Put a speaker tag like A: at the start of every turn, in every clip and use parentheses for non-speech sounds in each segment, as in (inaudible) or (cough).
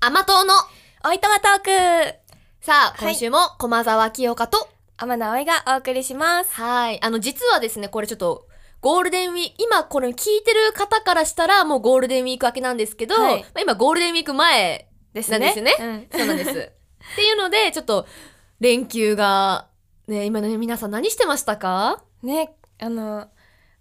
A: 甘党の。
B: おいとまトーク
A: さあ、
B: はい
A: 今週も駒沢清香と。
B: 天野葵がお送りします。
A: はい。あの、実はですね、これちょっと、ゴールデンウィーク、今これ聞いてる方からしたら、もうゴールデンウィーク明けなんですけど、
B: はい
A: まあ、今ゴールデンウィーク前
B: です
A: ね
B: ですね。うん
A: そうなん
B: (laughs)
A: です。っていうので、ちょっと、連休が、ね、今ね、皆さん何してましたか、
B: ね、あの、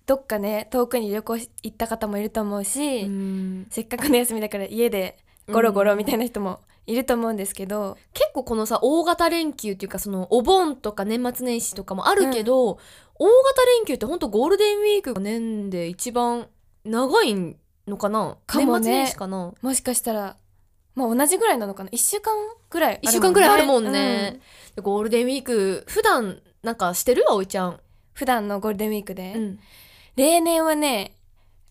B: どっかね、遠くに旅行し行った方もいると思うし、
A: ん、
B: せっかくの休みだから家でゴロゴロみたいな人もいると思うんですけど、
A: 結構このさ、大型連休っていうか、その、お盆とか年末年始とかもあるけど、大型連休ってほんとゴールデンウィークが年で一番長いのかな
B: かもね
A: 年末年始かな
B: もしかしたら、まあ同じぐらいなのかな ?1 週間ぐらいあるもんね
A: 一週間ぐらいあるもんね。、でゴールデンウィーク、普段なんかしてる葵ちゃん。
B: 普段のゴールデンウィークで、
A: ん。
B: 例年はね、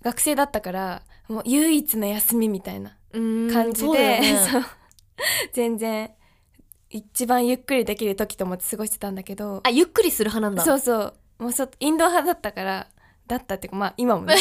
B: 学生だったから、もう唯一の休みみたいな。感じで、
A: そうだよね
B: (laughs) そう全然一番ゆっくりできる時と思って過ごしてたんだけど
A: あ、ゆっくりする派なんだ。
B: そうそうもうそインドア派だったからだったっていうかまあ今 (laughs) もね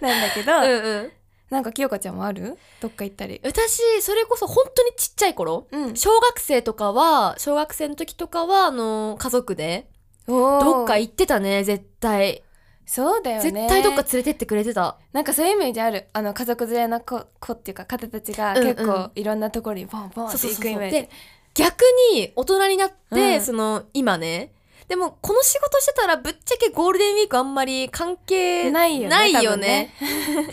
B: なんだけど、
A: うんうん。
B: なんか清香ちゃんもあるどっか行ったり
A: 私、それこそ本当にちっちゃい頃、
B: うん
A: 小学生とかは、小学生の時とかは、あの、家族で、ど
B: ど
A: っか行ってたね、絶対。
B: そうだよね
A: 絶対どっか連れてってくれてた。
B: なんかそういうイメージあるあの家族連れの子子っていうか方たちが
A: うんうん
B: 結構いろんなところにボンボンって行くイメージ、
A: で、逆に大人になって、
B: うん
A: その、今ね、でも、この仕事してたら、ぶっちゃけゴールデンウィークあんまり関係
B: ないよね
A: ない
B: 多
A: よ
B: 分
A: ね
B: ね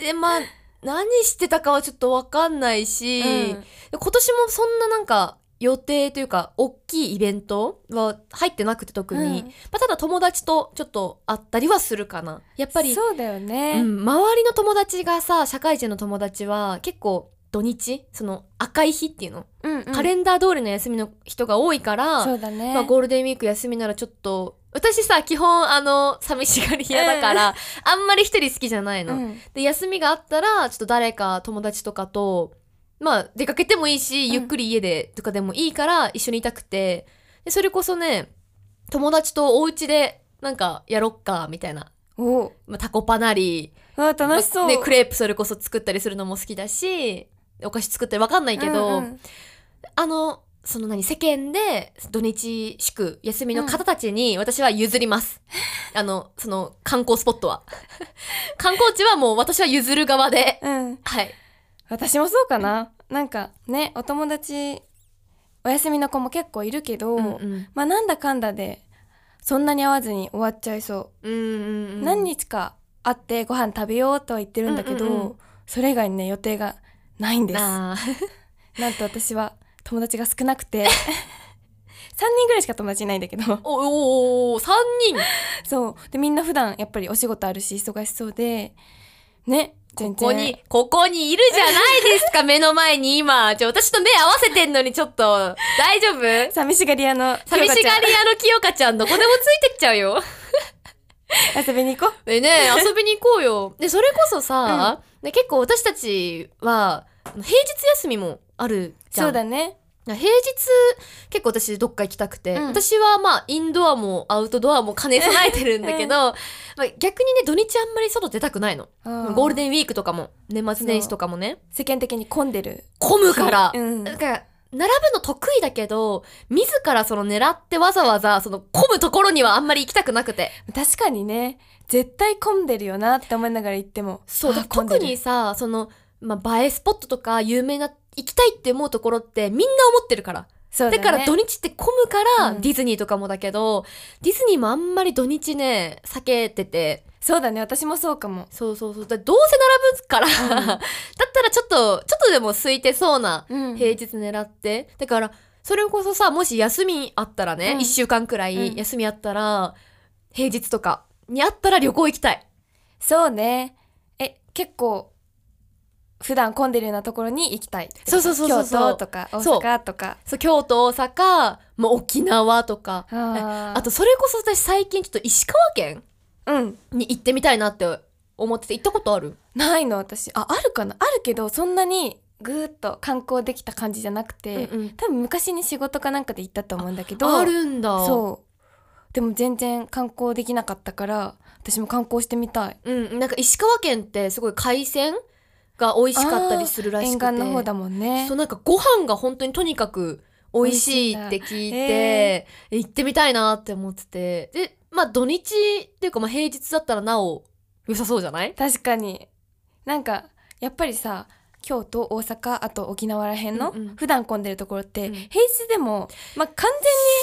A: (laughs) で、まあ、何してたかはちょっとわかんないし、
B: うん
A: で今年もそんななんか、予定というか、大きいイベントは入ってなくて特に、
B: うん
A: まあ、ただ友達とちょっと会ったりはするかな。やっぱり、
B: そうだよね、
A: うん、周りの友達がさ、社会人の友達は結構土日、その赤い日っていうの、
B: うんうん
A: カレンダー通りの休みの人が多いから、
B: そうだね、
A: まあ、ゴールデンウィーク休みならちょっと、私さ、基本あの、寂しがり屋だから、あんまり一人好きじゃないの。
B: うん
A: で、休みがあったら、ちょっと誰か友達とかと、まあ、出かけてもいいし、
B: うん
A: ゆっくり家でとかでもいいから、一緒にいたくて、で、それこそね、友達とお家で、なんか、やろっか、みたいな。
B: おう
A: まあ、タコパなり、
B: わあ楽しそう、
A: ね、クレープそれこそ作ったりするのも好きだし、お菓子作ったりわかんないけど、
B: うんうん
A: あの、その何、世間で土日祝休みの方たちに私は譲ります。あの、その観光スポットは。 (laughs) 観光地はもう私は譲る側で。
B: うん、
A: はい。
B: 私もそうかななんかねお友達お休みの子も結構いるけど、
A: ん
B: まあなんだかんだでそんなに会わずに終わっちゃいそ
A: うん
B: う、何日か会ってご飯食べようとは言ってるんだけど、
A: うんうんうん
B: それ以外にね予定がないんですな
A: あー
B: んと私は友達が少なくて (laughs) 3人ぐらいしか友達いないんだ
A: (laughs)
B: けど
A: おおお3人
B: そうでみんな普段やっぱりお仕事あるし忙しそうでね全然
A: ここに、ここにいるじゃないですか、目の前に今。ちょ、私と目合わせてんのにちょっと、大丈夫
B: 寂しがり屋の
A: 寂しがり屋の清香ちゃんどこでもついてきちゃうよ。
B: 遊びに行こう
A: でね、 (laughs) 遊びに行こうよ。で、それこそさ、ね結構私たちは、平日休みもあるじゃん。
B: そうだね
A: 平日、結構私どっか行きたくて、
B: うん
A: 私はまあ、インドアもアウトドアも兼ね備えてるんだけど、 (laughs) まあ、逆にね、土日あんまり外出たくないの。ゴール
B: ン
A: デンウィークとかも、年末年始とかもね、
B: 世間的に混んでる
A: 混むから。
B: うん
A: だから、並ぶの得意だけど、自らその狙ってわざわざ、その混むところにはあんまり行きたくなくて。
B: 確かにね絶対混んでるよなって思いながら行っても
A: そう、
B: あ
A: だ
B: ー
A: から
B: 混んで
A: 特
B: る
A: にさ、その、まあ、映えスポットとか有名な、行きたいって思うところってみんな思ってるから。
B: そう
A: だ
B: だ,、ね、
A: から土日って混むから、
B: うん
A: ディズニーとかもだけど、ディズニーもあんまり土日ね、避けてて、
B: そうだね私もそうかも
A: そうそうそう。だどうせ並ぶから、(laughs)
B: うん
A: だったらちょっと、ちょっとでも空いてそうな
B: うん
A: 平日狙って。だから、それこそさ、もし休みあったらね、
B: うん
A: 一週間くら
B: う
A: い
B: ん
A: 休みあったら、平日とかにあったら旅行行きたい。
B: そうねえ結構普段混んでるようなところに行きたい
A: そうそうそうそうそう
B: 京都とか大
A: そう
B: 阪とか
A: そう、京都、大阪、もう沖縄とか、
B: あー
A: あとそれこそ私最近ちょっと石川県
B: うん
A: に行ってみたいなって思ってて行ったことある
B: ないの私ああるかなあるけどそんなにぐーっと観光できた感じじゃなくて、
A: うんうん
B: 多分昔に仕事かなんかで行ったと思うんだけど
A: あるんだ
B: そうでも全然観光できなかったから私も観光してみたい、
A: う、うん、なんか石川県ってすごい海鮮が美味しかったりするらしくて
B: 沿岸の方だもんね
A: そうなんかご飯が本当にとにかく美味しいって聞いて、行ってみたいなって思っててでまあ土日っていうかまあ平日だったらなお良さそうじゃない
B: 確かになんかやっぱりさ京都大阪あと沖縄らへんの、
A: うんうん
B: 普段混んでるところって、
A: うん
B: 平日でも、まあ、完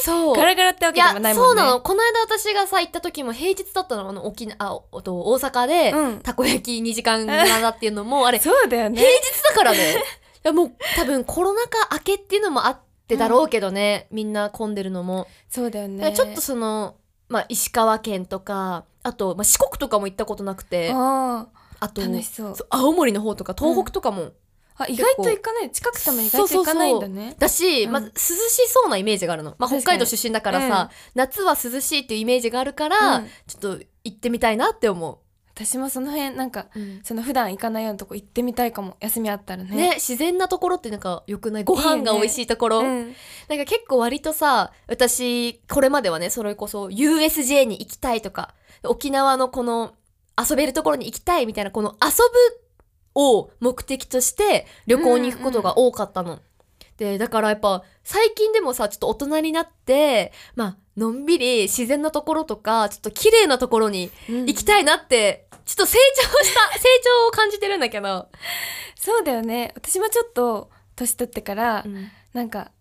A: そう
B: 全にガラガラってわ
A: い
B: けで
A: や
B: もない
A: そ
B: も
A: うん
B: ね
A: なのこの間私がさ行った時も平日だったのあの沖縄あおと大阪で、
B: うん
A: たこ焼き2時間だっていうのもあ
B: (laughs)
A: れ
B: そうだよね
A: 平日だからね (laughs) いやもう多分コロナ禍明けっていうのもあってだろうけどね、みんな混んでるのも
B: そうだよ
A: だか
B: ね
A: らちょっとその、まあ、石川県とかあと、まあ、四国とかも行ったことなくてあ
B: あ
A: と
B: ー楽しそう
A: そう青森の方とか東北とかも、
B: あ意外と行かない近くても意外と行かないんだね
A: だし、
B: うん
A: まあ、涼しそうなイメージがあるの、まあ、北
B: 確か
A: 海
B: に
A: 道出身だからさ、夏は涼しいっていうイメージがあるから、
B: うん
A: ちょっと行ってみたいなって思
B: 私もその辺なんか
A: う、
B: その普段行かないようなとこ行ってみたいかも休みあったらね
A: ね自然なところってなんかよくないご飯が美味しいところ
B: うん
A: なんか結構割とさ、私、これまではね、それこそ USJ に行きたいとか、沖縄のこの遊べるところに行きたいみたいな、この遊ぶを目的として旅行に行くことが多かったの。で、だからやっぱ最近でもさ、ちょっと大人になって、まあ、のんびり自然なところとか、ちょっと綺麗なところに
B: うん
A: 行きたいなって、ちょっと成長した、成長を感じてるんだけど。
B: そうだよね私もちょっと年取ってから、なんか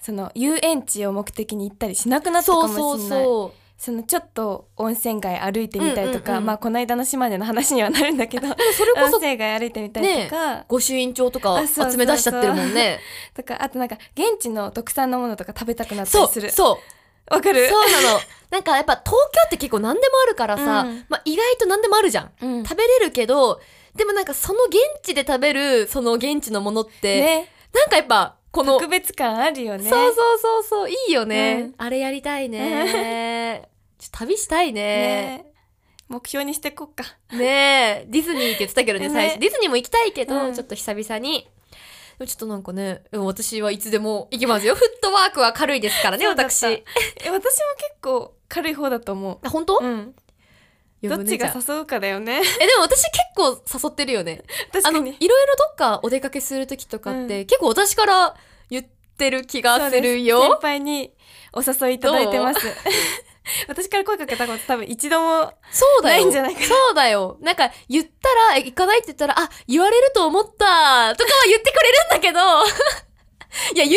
B: その遊園地を目的に行ったりしなくなった
A: そ
B: かも
A: う
B: しれない
A: そうそ
B: そ
A: う。
B: のちょっと温泉街歩いてみたりとか、
A: うんうんうん
B: まあこの間の島根の話にはなるんだけど
A: それこ
B: 温
A: そ
B: 泉街歩いてみたりとか、
A: 御朱印帳とか
B: あそうそうそう
A: 集め出しちゃってるもんね。
B: とかあとなんか現地の特産のものとか食べたくなった
A: そう
B: り
A: そ
B: す
A: う
B: る
A: そう
B: わかる
A: なの。なんかやっぱ東京って結構何でもあるからさ、
B: うん
A: まあ、意外と何でもあるじゃん。
B: うん
A: 食べれるけどでもなんかその現地で食べるその現地のものって、
B: ね
A: なんかやっぱこの、
B: 特別感あるよね
A: そうそうそうそういいよね、
B: うん
A: あれやりたいねちょっと旅したいね
B: ね目標にしてこっか
A: ねえディズニーって言ってたけどね
B: ね
A: 最初ディズニーも行きたいけど、
B: うん
A: ちょっと久々に。でもちょっとなんかね、でも私はいつでも行きますよ。フットワークは軽いですからね、
B: そうだった
A: 私。
B: え私も結構軽い方だと思
A: あ、本当
B: う、うん、
A: 呼
B: ど
A: ぶね
B: っち
A: じゃ
B: が
A: あ
B: 誘うかだ
A: (laughs)
B: よね
A: えでも私結構誘ってるよね
B: 確
A: あ
B: か
A: のいろ
B: に
A: いろどっかお出かけする時とかって、結構私から言ってる気がする
B: そうです
A: よ
B: 先輩にお誘いいただいてます (laughs) 私から声かけたこと多分一度も
A: そうだ
B: ない
A: よ
B: んじゃないかな
A: そうだよなんか言ったらえ行かないって言ったらあ言われると思ったとかは言ってくれるんだけど (laughs) いや言って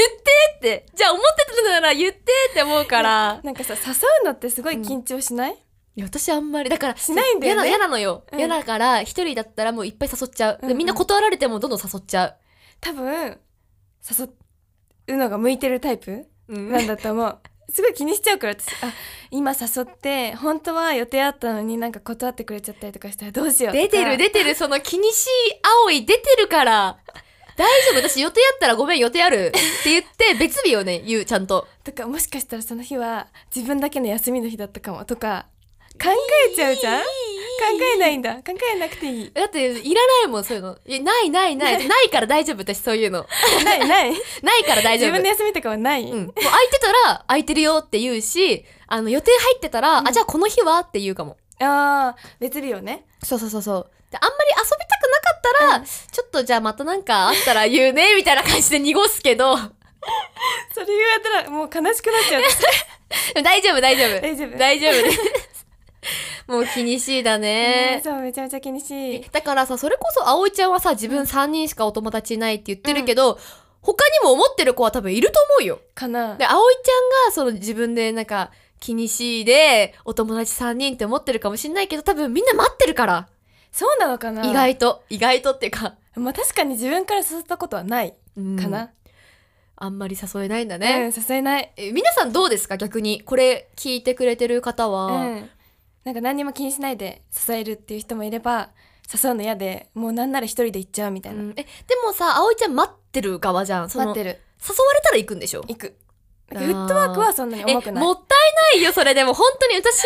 A: ってじゃあ思ってたのなら言ってって思うから
B: なんかさ誘うのってすごい緊張しない、
A: いや私あんまりだから
B: しないんだよね
A: 嫌な嫌なのよ、
B: うん
A: 嫌だから一人だったらもういっぱい誘っちゃう、で
B: うんうん
A: みんな断られてもどんどん誘っちゃ
B: 多分誘うのが向いてるタイプ
A: う、うん
B: なんだと
A: (laughs)
B: 思うすごい気にしちゃうから私あ今誘って本当は予定あったのになんか断ってくれちゃったりとかしたらどうしようとか
A: 出てる出てるその気にしい青い出てるから大丈夫私予定やったらごめん予定あるって言って別日をね言うちゃんと
B: とかもしかしたらその日は自分だけの休みの日だったかもとか考えちゃうじゃん考えないんだ考えなくていい
A: だっていらないもんそういうのいやないない (laughs) ないないから大丈夫私そういうの
B: ない (laughs) ない
A: ないから大丈
B: 自
A: 夫
B: 分の休みとかはない、
A: うん、もう空いてたら空いてるよって言うしあの予定入ってたら、あじゃあこの日はって言うかも
B: ああ別日をね
A: そうそうそうそうであんまり遊びたくなかったら、ちょっとじゃあまたなんかあったら言うねみたいな感じで濁すけどでも
B: それ言われたらもう悲しくなっちゃう (laughs)
A: 大丈夫大丈夫
B: 大丈夫
A: 大丈夫 (laughs) ですもう気にしいだね
B: ねそうめちゃめちゃ気にしい
A: だからさそれこそ葵ちゃんはさ自分3人しかお友達いないって言ってるけど、他にも思ってる子は多分いると思うよ
B: かな
A: で葵ちゃんがその自分でなんか気にしいでお友達3人って思ってるかもしんないけど多分みんな待ってるから、
B: そうなのかな
A: 意外と意外とっていうか、
B: まあ確かに自分から誘ったことはない
A: うん
B: かな、
A: あんまり誘えないんだ
B: うん
A: ね、
B: 誘えない
A: え皆さんどうですか逆にこれ聞いてくれてる方
B: う
A: は、
B: んなんか何にも気にしないで誘えるっていう人もいれば誘うの嫌でもうなんなら一人で行っちゃうみた
A: う
B: いな、
A: んえでもさ葵ちゃん待ってる側じゃんその
B: 待ってる
A: 誘われたら行くんでしょ
B: 行く
A: あ
B: な
A: ー
B: んかフットワークはそんなに
A: え
B: 重
A: もっ
B: く
A: たい
B: ない
A: ないよそれでも本当に私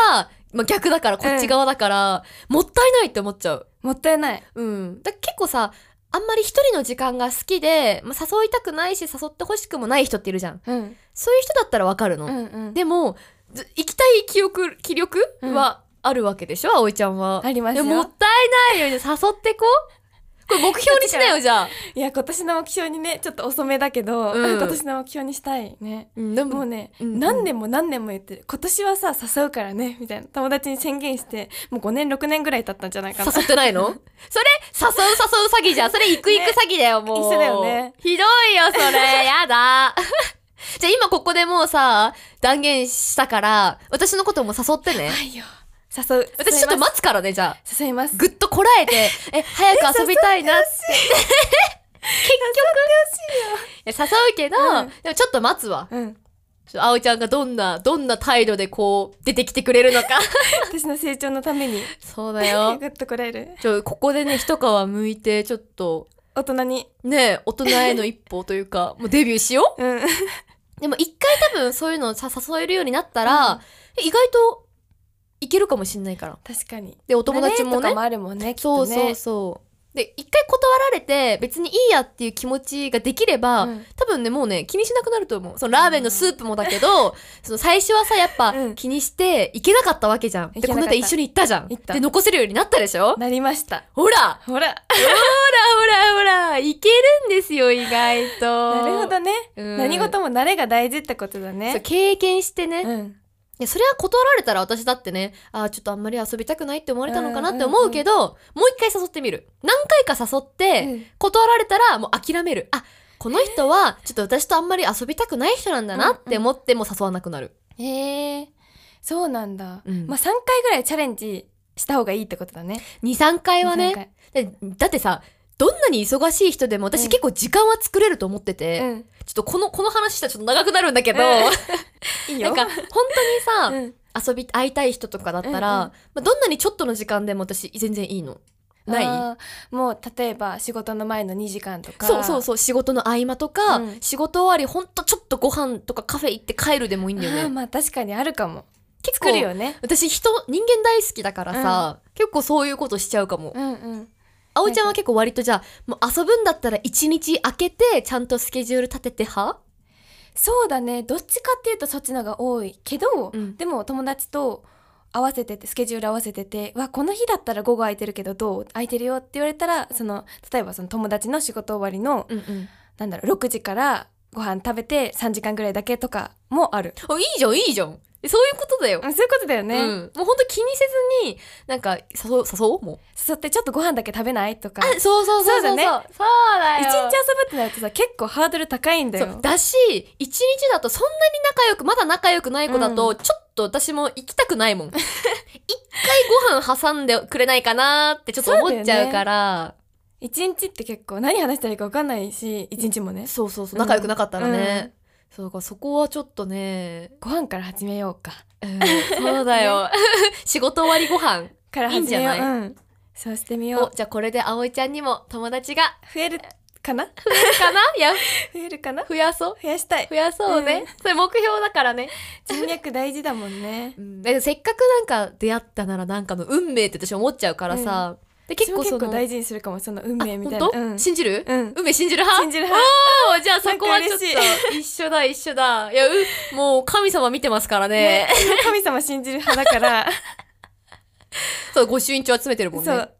A: はさ、まあ、逆だからこっち側だから、もったいないって思っちゃう
B: もったいない
A: うんだ結構さあんまり一人の時間が好きで、まあ、誘いたくないし誘ってほしくもない人っているじゃん
B: うん
A: そういう人だったらわかるの、
B: うんうん
A: でもず行きたい記憶気力はあるわけでしょ葵ちゃんは
B: あります
A: いや
B: よ
A: もったいないよね誘ってこここれ目標にしなよ、じゃあ。
B: いや今年の目標にねちょっと遅めだけど、
A: うん
B: 今年の目標にしたいね
A: うん、で
B: も
A: も
B: う、ね、
A: うん
B: 何年も何年も言ってる今年はさ誘うからねみたいな友達に宣言してもう5年6年ぐらい経ったんじゃないかな
A: 誘ってないのそれ、誘う誘う詐欺じゃん。それ、行く行く詐欺だよ、もう。
B: 一緒だよね。
A: ひどいよ、それ。 (laughs) やだ。じゃあ今ここでもうさ、断言したから、私のことも誘ってね。
B: ないよ誘う
A: 私ちょっと待つからね、じゃあ。
B: 誘います
A: ぐっとこらえ (laughs) て、え、早く遊びたいなって。結局。いや誘うけど、
B: うん
A: でもちょっと待つわ。
B: うん
A: ちょっと葵ちゃんがどんな、どんな態度でこう、出てきてくれるのか。
B: 私の成長のために
A: (laughs) そうだよ。
B: グッとこらえる
A: ちょ、ここでね、一皮剥いて、ちょっと、
B: 大人に
A: ね、大人への一歩というか、もうデビューしよ
B: うん
A: う。でも一回多分そういうのをさ誘えるようになったら、意外といけるかもしんないから。
B: 確かに
A: で、お友達も
B: 慣れと
A: ね
B: か。もあるもんねきっ
A: そ
B: と
A: う
B: ね
A: そうそう。で、一回断られて、別にいいやっていう気持ちができれば、
B: うん
A: 多分ね、もうね、気にしなくなると思う。そのラーメンのスープもだけど、その最初はさ、やっぱ
B: うん
A: 気にして、行けなかったわけじゃん。で、
B: 行け
A: こ
B: な
A: の
B: かった
A: 間一緒に行ったじゃん。
B: 行った
A: で、残せるようになったでしょ
B: なりました
A: ほら
B: ほ
A: ほ
B: ら
A: らほらほらいけるんですよ、意外と。
B: なるほどね、
A: うん
B: 何事も慣れが大事ってことだ
A: そう
B: ね
A: 経験してね、い
B: うん
A: やそれは断られたら私だってねあーちょっとあんまり遊びたくないって思われたのかなって思うけど、もう一回誘ってみる何回か誘って、
B: うん
A: 断られたらもう諦めるあこの人はちょっと私とあんまり遊びたくない人なんだなって思ってもう誘わなくなる、
B: へえそうなんだ、
A: うん
B: まあ3回ぐらいチャレンジした方がいいってことだね
A: 23回は
B: 二三
A: ねでだってさどんなに忙しい人でも私
B: うん
A: 結構時間は作れると思ってて、
B: 回
A: ちょ
B: うん
A: っとこのこの話したらちょっと長くなるんだけど、
B: うんい
A: (laughs)
B: い
A: な
B: よ
A: んか本当にさ、
B: うん
A: 遊び会いたい人とかだったら、
B: うんうん
A: まあ、どんなにちょっとの時間でも私全然いいの。ない
B: あーもう例えば仕事の前の2時間とか
A: そうそうそう仕事の合間とか、
B: うん
A: 仕事終わりほんとちょっとご飯とかカフェ行って帰るでもいいんだよ
B: あー
A: ね。
B: まあ確かにあるかも
A: 結構
B: 作るよね
A: 私人人間大好きだからさ、結構そういうことしちゃうかも。
B: うんうん
A: あおちゃんは結構割とじゃあもう遊ぶんだったら一日空けてちゃんとスケジュール立てて派
B: そうだねどっちかっていうとそっちのが多いけど、
A: うん
B: でも友達と合わせててスケジュール合わせてて「わこの日だったら午後空いてるけどどう空いてるよ」って言われたらその例えばその友達の仕事終わりの
A: うんうん。
B: なんだろう6時からご飯食べて3時間ぐらいだけとかもある、
A: あいいじゃんいいじゃん。えそういうことだよ。
B: うんそういうことだよね、
A: うん、もうほんと気にせずになんか誘う誘おうもう。
B: 誘ってちょっとご飯だけ食べないとか
A: あ、そうそうそうそう
B: そうだね
A: そうだ
B: 一
A: よ
B: 日遊ぶってなるとさ結構ハードル高いんだ
A: そう
B: よ
A: だし一日だとそんなに仲良くまだ仲良くない子だと、
B: う
A: ちょっと私も行きたくない (laughs) もん一回ご飯挟んでくれないかなってちょっと思っちゃうから
B: 一日って結構何話したらいいか分かんないし一日もね
A: そう,、そうそう
B: うん
A: 仲良くなかったらね、そうかそこはちょっとね、
B: ご飯から始めようか
A: うん
B: (laughs)
A: そうだよ、仕事終わりご飯
B: から
A: いいん
B: 始
A: じゃ
B: めよ
A: な
B: う
A: い
B: うん、そうしてみよ
A: を
B: う
A: じゃあこれで葵ちゃんにも友達が
B: 増える
A: (laughs)
B: かな
A: 増える
B: (laughs)
A: かないや
B: 増えるかな
A: 増やそう
B: 増やしたい
A: 増やそうね、
B: うん
A: それ目標だからね
B: 人脈大事だもんね
A: うん、だけどせっかくなんか出会ったならなんかの運命って私思っちゃうからさ、で (laughs) 結
B: 結
A: 構
B: 構
A: その
B: 結構大事にするかもその運命みたい
A: あ
B: な
A: 本当、
B: うん、
A: 信じる、
B: うん
A: 運命信じる派
B: 信じる派
A: おーじゃあそこはちょっ
B: なんか
A: と一緒だ一緒だいやうもう神様見てますからね
B: ね神様信じる派だから
A: そう (laughs) ご朱印帳集めてるもん
B: そ
A: ね
B: う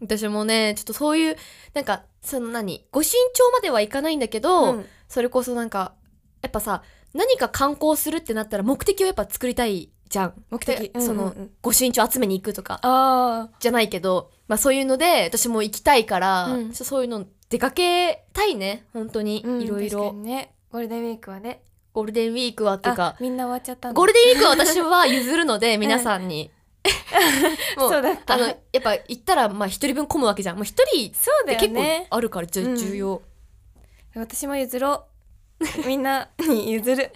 A: 私もねちょっとそういうなんかその何ご朱印帳まではいかないんだけど、
B: うん
A: それこそなんかやっぱさ何か観光するってなったら目的をやっぱ作りたいじゃん
B: 目的
A: でその、
B: うんうんうん
A: ご朱印帳集めに行くとか
B: あ
A: じゃないけど、まあそういうので、私も行きたいから、
B: うん
A: ちょそういうの出かけたいね、本当に。
B: あ、うん
A: いろい
B: 確か
A: ろ。
B: にねゴールデンウィークはね
A: ゴールデンウィークはっていう
B: あ
A: か、
B: みんな終わっちゃったんだ
A: ゴールデンウィークは私は譲る
B: (laughs)
A: ので、皆さんに。もう
B: そうだった
A: あの、やっぱ行ったら、まあ一人分混むわけじゃん。もう一人っ
B: そうだ
A: て
B: よ
A: 結構
B: ね
A: あるから、じゃ
B: うん
A: 重要。
B: 私も譲ろうみんなに譲る
A: だか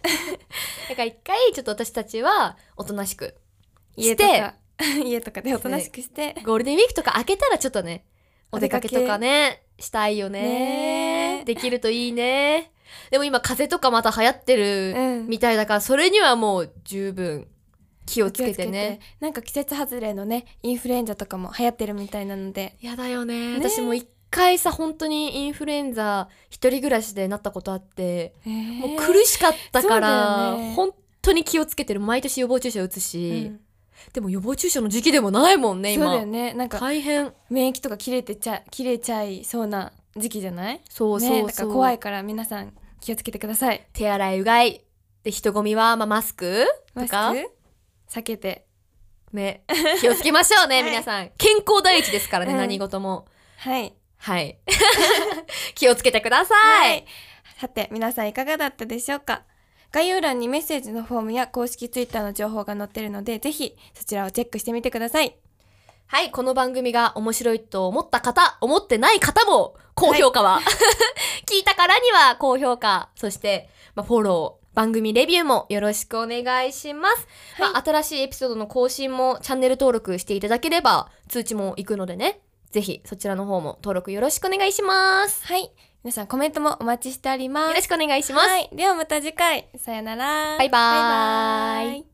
A: ら一回、ちょっと私たちは、おとなしく。
B: 家とか (laughs) 家とかでおとなしくして
A: ゴールデンウィークとか明けたら、ちょっとね、お出かけとかね、したいよ
B: ね
A: ね。
B: え
A: できるといいね。でも今、風邪とかまた流行ってる
B: うん
A: みたいだから、それにはもう十分気をつけてね。
B: なんか季節外れのねインフルエンザとかも流行ってるみたいなので
A: やだよね
B: ね
A: 私も一回さ、本当にインフルエンザ一人暮らしでなったことあって、
B: も
A: もう苦しかったから
B: そうだよ、ね
A: 本当に気をつけてる。毎年予防注射打つし、
B: うん
A: でも予防注射の時期でもないもんね、
B: そう
A: 今。
B: だよねなんか
A: 大変。
B: 免疫とか切れてちゃ切れちゃいそうな時期じゃない
A: そうそうそう。
B: ね、だから怖いから皆さん気をつけてください
A: 手洗いうがい。で、人混みは、まあ、マスク
B: マ
A: と
B: ス
A: か
B: ク避けて
A: 目。気をつけましょうね、 (laughs)
B: はい
A: 皆さん。健康第一ですからね、
B: うん
A: 何事も。
B: はい
A: はい。 (laughs) 気をつけてください。
B: さて皆さんいかがだったでしょうか概要欄にメッセージのフォームや公式ツイッターの情報が載ってるのでぜひそちらをチェックしてみてください
A: はい、この番組が面白いと思った方、思ってない方も、高評価は、 (laughs) 聞いたからには高評価、そして、まあ、フォロー、番組レビューもよろしくお願いします。まあ、新しいエピソードの更新もチャンネル登録していただければ、通知も行くのでね、ぜひそちらの方も登録よろしくお願いします。
B: はい皆さんコメントもお待ちしております
A: よろしくお願いします。
B: はいではまた次回さよなら
A: バイバーイ
B: バイバーイ